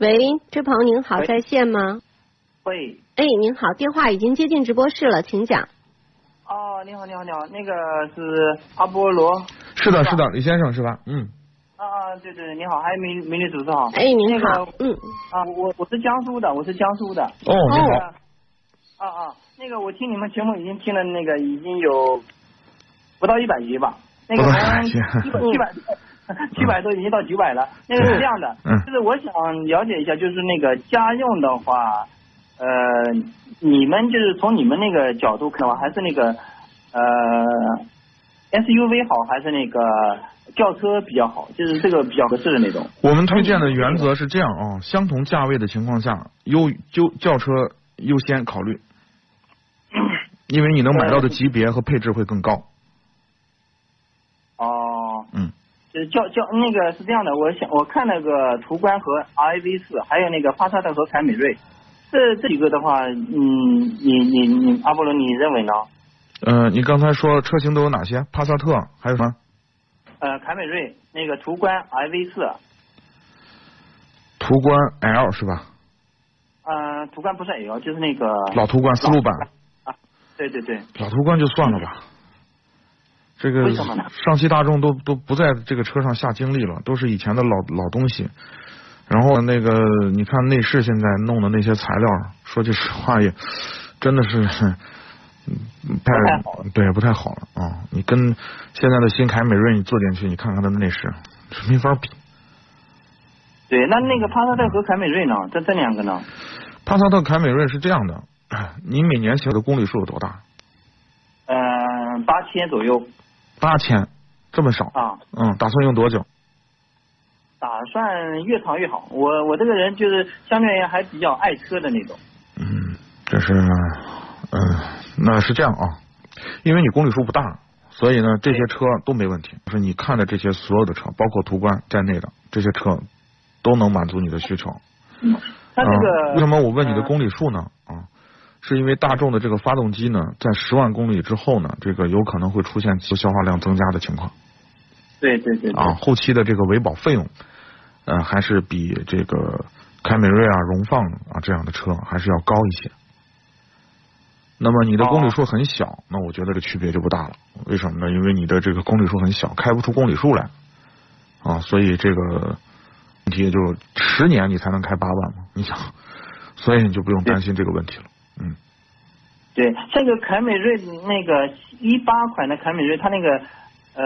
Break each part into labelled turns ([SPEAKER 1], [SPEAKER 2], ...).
[SPEAKER 1] 喂，志鹏，您好，
[SPEAKER 2] 喂
[SPEAKER 1] 在线吗？
[SPEAKER 2] 喂，
[SPEAKER 1] 哎，您好，电话已经接进直播室了，请讲。
[SPEAKER 2] 哦，你好，你好，你好，那个是阿波罗，
[SPEAKER 3] 是的，是的，李先生是吧？嗯，
[SPEAKER 2] 啊啊，对对，对你好，还有美美女主持好，
[SPEAKER 1] 哎，您
[SPEAKER 2] 那
[SPEAKER 1] 好
[SPEAKER 2] 个，
[SPEAKER 1] 嗯，
[SPEAKER 2] 啊，我我是江苏的，我是江苏的，
[SPEAKER 3] 哦，你
[SPEAKER 2] 那
[SPEAKER 3] 好，
[SPEAKER 2] 个，啊啊，那个我听你们节目已经听了那个已经有不到一百集吧，那个
[SPEAKER 3] 不到100集
[SPEAKER 2] 七百七百。 七百多已经到九百了，那个是这样的，
[SPEAKER 3] 嗯
[SPEAKER 2] 就是我想了解一下，就是那个家用的话，呃，你们就是从你们那个角度看的话，还是那个呃 SUV 好，还是那个轿车比较好？就是这个比较合适的那种。
[SPEAKER 3] 我们推荐的原则是这样啊，相同价位的情况下，优就轿车优先考虑，因为你能买到的级别和配置会更高。
[SPEAKER 2] 哦，
[SPEAKER 3] 嗯，
[SPEAKER 2] 就是轿轿那个是这样的，我想我看那个途观和 RAV 四，还有那个帕萨特和凯美瑞，这这几个的话，嗯，你你你阿波罗，你认为呢？
[SPEAKER 3] 呃，你刚才说车型都有哪些？帕萨特还有什么？
[SPEAKER 2] 呃，凯美瑞那个途观 RAV 四，
[SPEAKER 3] 途观 L 是吧？
[SPEAKER 2] 呃，途观不是 L，就是那个
[SPEAKER 3] 老途观思路版，
[SPEAKER 2] 啊， 对对对，
[SPEAKER 3] 老途观就算了吧。这个
[SPEAKER 2] 为什么呢
[SPEAKER 3] 上汽大众都都不在这个车上下精力了，都是以前的老老东西。然后那个你看内饰现在弄的那些材料，说句实话也真的是，嗯，太
[SPEAKER 2] 不太好
[SPEAKER 3] 对不太好了啊、你跟现在的新凯美瑞你坐进去，你看看它的内饰，是没法比。
[SPEAKER 2] 对，那那个帕萨特和凯美瑞呢？这这两个呢？
[SPEAKER 3] 帕萨特、凯美瑞是这样的，你每年行驶的公里数有多大？
[SPEAKER 2] 嗯、八千左右
[SPEAKER 3] 八千，这么少？
[SPEAKER 2] 啊，
[SPEAKER 3] 嗯，打算用多久？
[SPEAKER 2] 打算越长越好。我我这个人就是相对而言还比较爱车的那种。
[SPEAKER 3] 嗯，这是，嗯、那是这样啊，因为你公里数不大，所以呢，这些车都没问题。就是你看的这些所有的车，包括途观在内的这些车，都能满足你的需求。
[SPEAKER 2] 它这
[SPEAKER 3] 啊
[SPEAKER 2] 个、
[SPEAKER 3] 为什么我问你的
[SPEAKER 2] 呃
[SPEAKER 3] 公里数呢？啊，是因为大众的这个发动机呢，在十万公里之后呢，这个有可能会出现自消耗量增加的情况
[SPEAKER 2] 对对对对
[SPEAKER 3] 啊，后期的这个维保费用，呃，还是比这个凯美瑞啊、荣放啊这样的车还是要高一些。那么你的公里数很小，那我觉得这区别就不大了。为什么呢？因为你的这个公里数很小，开不出公里数来啊，所以这个问题也就十年你才能开八万嘛，你想，所以你就不用担心这个问题了。嗯，
[SPEAKER 2] 对，这个凯美瑞那个一八款的凯美瑞，它那个呃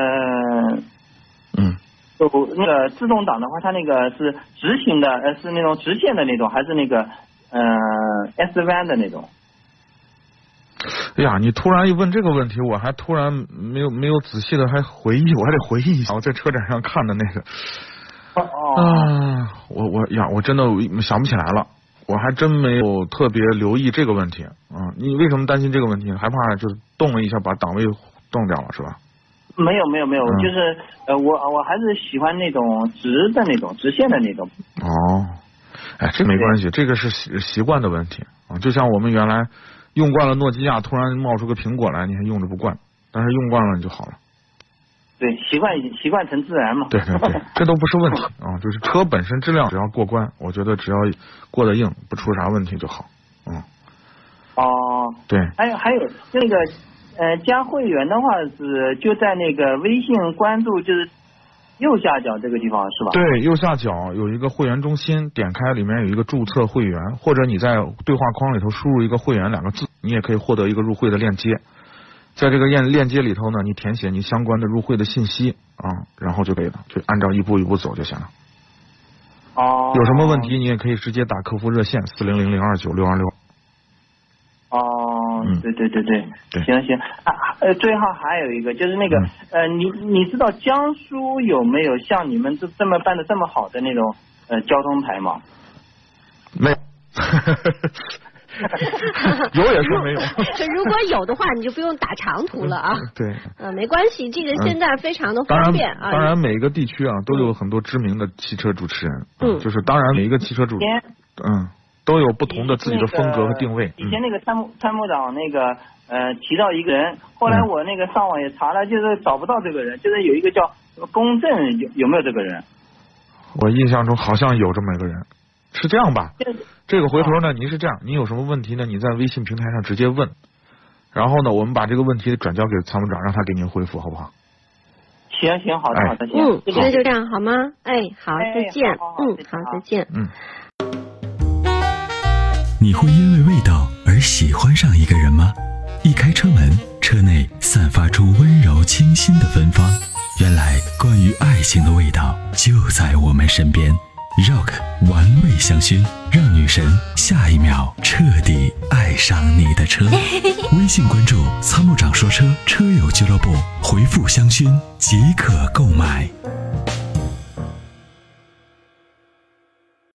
[SPEAKER 3] 嗯，
[SPEAKER 2] 有那个自动挡的话，它那个是直行的，呃是那种直线的那种，还是那个呃 S 弯的那种？
[SPEAKER 3] 哎呀，你突然一问这个问题，我还突然没有没有仔细的还回忆，我还得回忆一下我在车展上看的那个。
[SPEAKER 2] 哦哦
[SPEAKER 3] 啊，我我呀，我真的想不起来了，我还真没有特别留意这个问题啊、你为什么担心这个问题？害怕就是动了一下把档位动掉了是吧？
[SPEAKER 2] 没有没有没有，
[SPEAKER 3] 嗯
[SPEAKER 2] 就是呃我我还是喜欢那种直的那种直线的那种。
[SPEAKER 3] 哦，哎，这没关系，这个是习习惯的问题啊、就像我们原来用惯了诺基亚，突然冒出个苹果来，你还用着不惯，但是用惯了你就好了。
[SPEAKER 2] 对，习惯习惯成自然嘛。
[SPEAKER 3] 对对对，这都不是问题啊、就是车本身质量只要过关，我觉得只要过得硬，不出啥问题就好。嗯，
[SPEAKER 2] 哦，
[SPEAKER 3] 对。
[SPEAKER 2] 还有还有那个呃，加会员的话是就在那个微信关注，就是右下角这个地方是吧？
[SPEAKER 3] 对，右下角有一个会员中心，点开里面有一个注册会员，或者你在对话框里头输入一个“会员”两个字，你也可以获得一个入会的链接。在这个链链接里头呢，你填写你相关的入会的信息啊、然后就可以了，就按照一步一步走就行了。
[SPEAKER 2] 哦。
[SPEAKER 3] 有什么问？题你也可以直接打客服热线四零零零二九六二六。
[SPEAKER 2] 哦
[SPEAKER 3] 嗯，
[SPEAKER 2] 对对对对，
[SPEAKER 3] 对
[SPEAKER 2] 行行啊，呃，最后还有一个就是那个、
[SPEAKER 3] 嗯
[SPEAKER 2] 呃，你你知道江苏有没有像你们这这么办的这么好的那种呃交通牌吗？
[SPEAKER 3] 嗯没有，有也说没 有。
[SPEAKER 1] 如果有的话，你就不用打长途了啊。
[SPEAKER 3] 对，
[SPEAKER 1] 嗯，没关系，这个现在非常的
[SPEAKER 3] 当
[SPEAKER 1] 方
[SPEAKER 3] 然
[SPEAKER 1] 便
[SPEAKER 2] 嗯
[SPEAKER 1] 啊。
[SPEAKER 3] 当然每个地区啊都有很多知名的汽车主持人，啊
[SPEAKER 1] 嗯
[SPEAKER 3] 就是当然每一个汽车主
[SPEAKER 2] 先
[SPEAKER 3] 嗯都有不同的自己的风格和定位。
[SPEAKER 2] 以前
[SPEAKER 3] 嗯
[SPEAKER 2] 那个参谋参谋长那个呃提到一个人，后来
[SPEAKER 3] 嗯
[SPEAKER 2] 我那个上网也查了，就是找不到这个人，就是有一个叫什么公正，有有没有这个人？
[SPEAKER 3] 我印象中好像有这么一个人，是这样吧？
[SPEAKER 2] 就是
[SPEAKER 3] 这个回头呢，您是这样，您有什么问题呢？你在微信平台上直接问，然后呢，我们把这个问题转交给参谋长，让他给您回复，好不好？
[SPEAKER 2] 行行，好的
[SPEAKER 3] 哎
[SPEAKER 2] 好的，行，
[SPEAKER 1] 嗯，
[SPEAKER 2] 谢谢
[SPEAKER 1] 那就这样好吗？哎，好，
[SPEAKER 2] 哎
[SPEAKER 1] 再见。
[SPEAKER 2] 好好好
[SPEAKER 1] 嗯
[SPEAKER 2] 再，见
[SPEAKER 1] 好，
[SPEAKER 2] 啊
[SPEAKER 1] 再见。
[SPEAKER 3] 嗯。
[SPEAKER 4] 你会因为味道而喜欢上一个人吗？一开车门，车内散发出温柔清新的芬芳。原来，关于爱情的味道就在我们身边。Rock 玩味香薰，让女神下一秒彻底爱上你的车。微信关注“参谋长说车”车友俱乐部，回复“香薰”即可购买。